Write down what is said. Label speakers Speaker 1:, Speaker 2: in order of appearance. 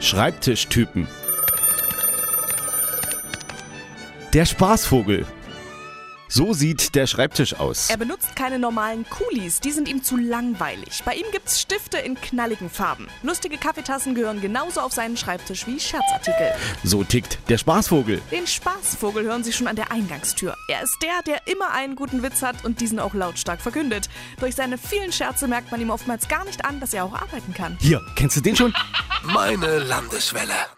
Speaker 1: Schreibtischtypen. Der Spaßvogel. So sieht der Schreibtisch aus.
Speaker 2: Er benutzt keine normalen Kulis, die sind ihm zu langweilig. Bei ihm gibt's Stifte in knalligen Farben. Lustige Kaffeetassen gehören genauso auf seinen Schreibtisch wie Scherzartikel.
Speaker 1: So tickt der Spaßvogel.
Speaker 2: Den Spaßvogel hören Sie schon an der Eingangstür. Er ist der, der immer einen guten Witz hat und diesen auch lautstark verkündet. Durch seine vielen Scherze merkt man ihm oftmals gar nicht an, dass er auch arbeiten kann.
Speaker 1: Hier, kennst du den schon?
Speaker 3: Meine Landeswelle.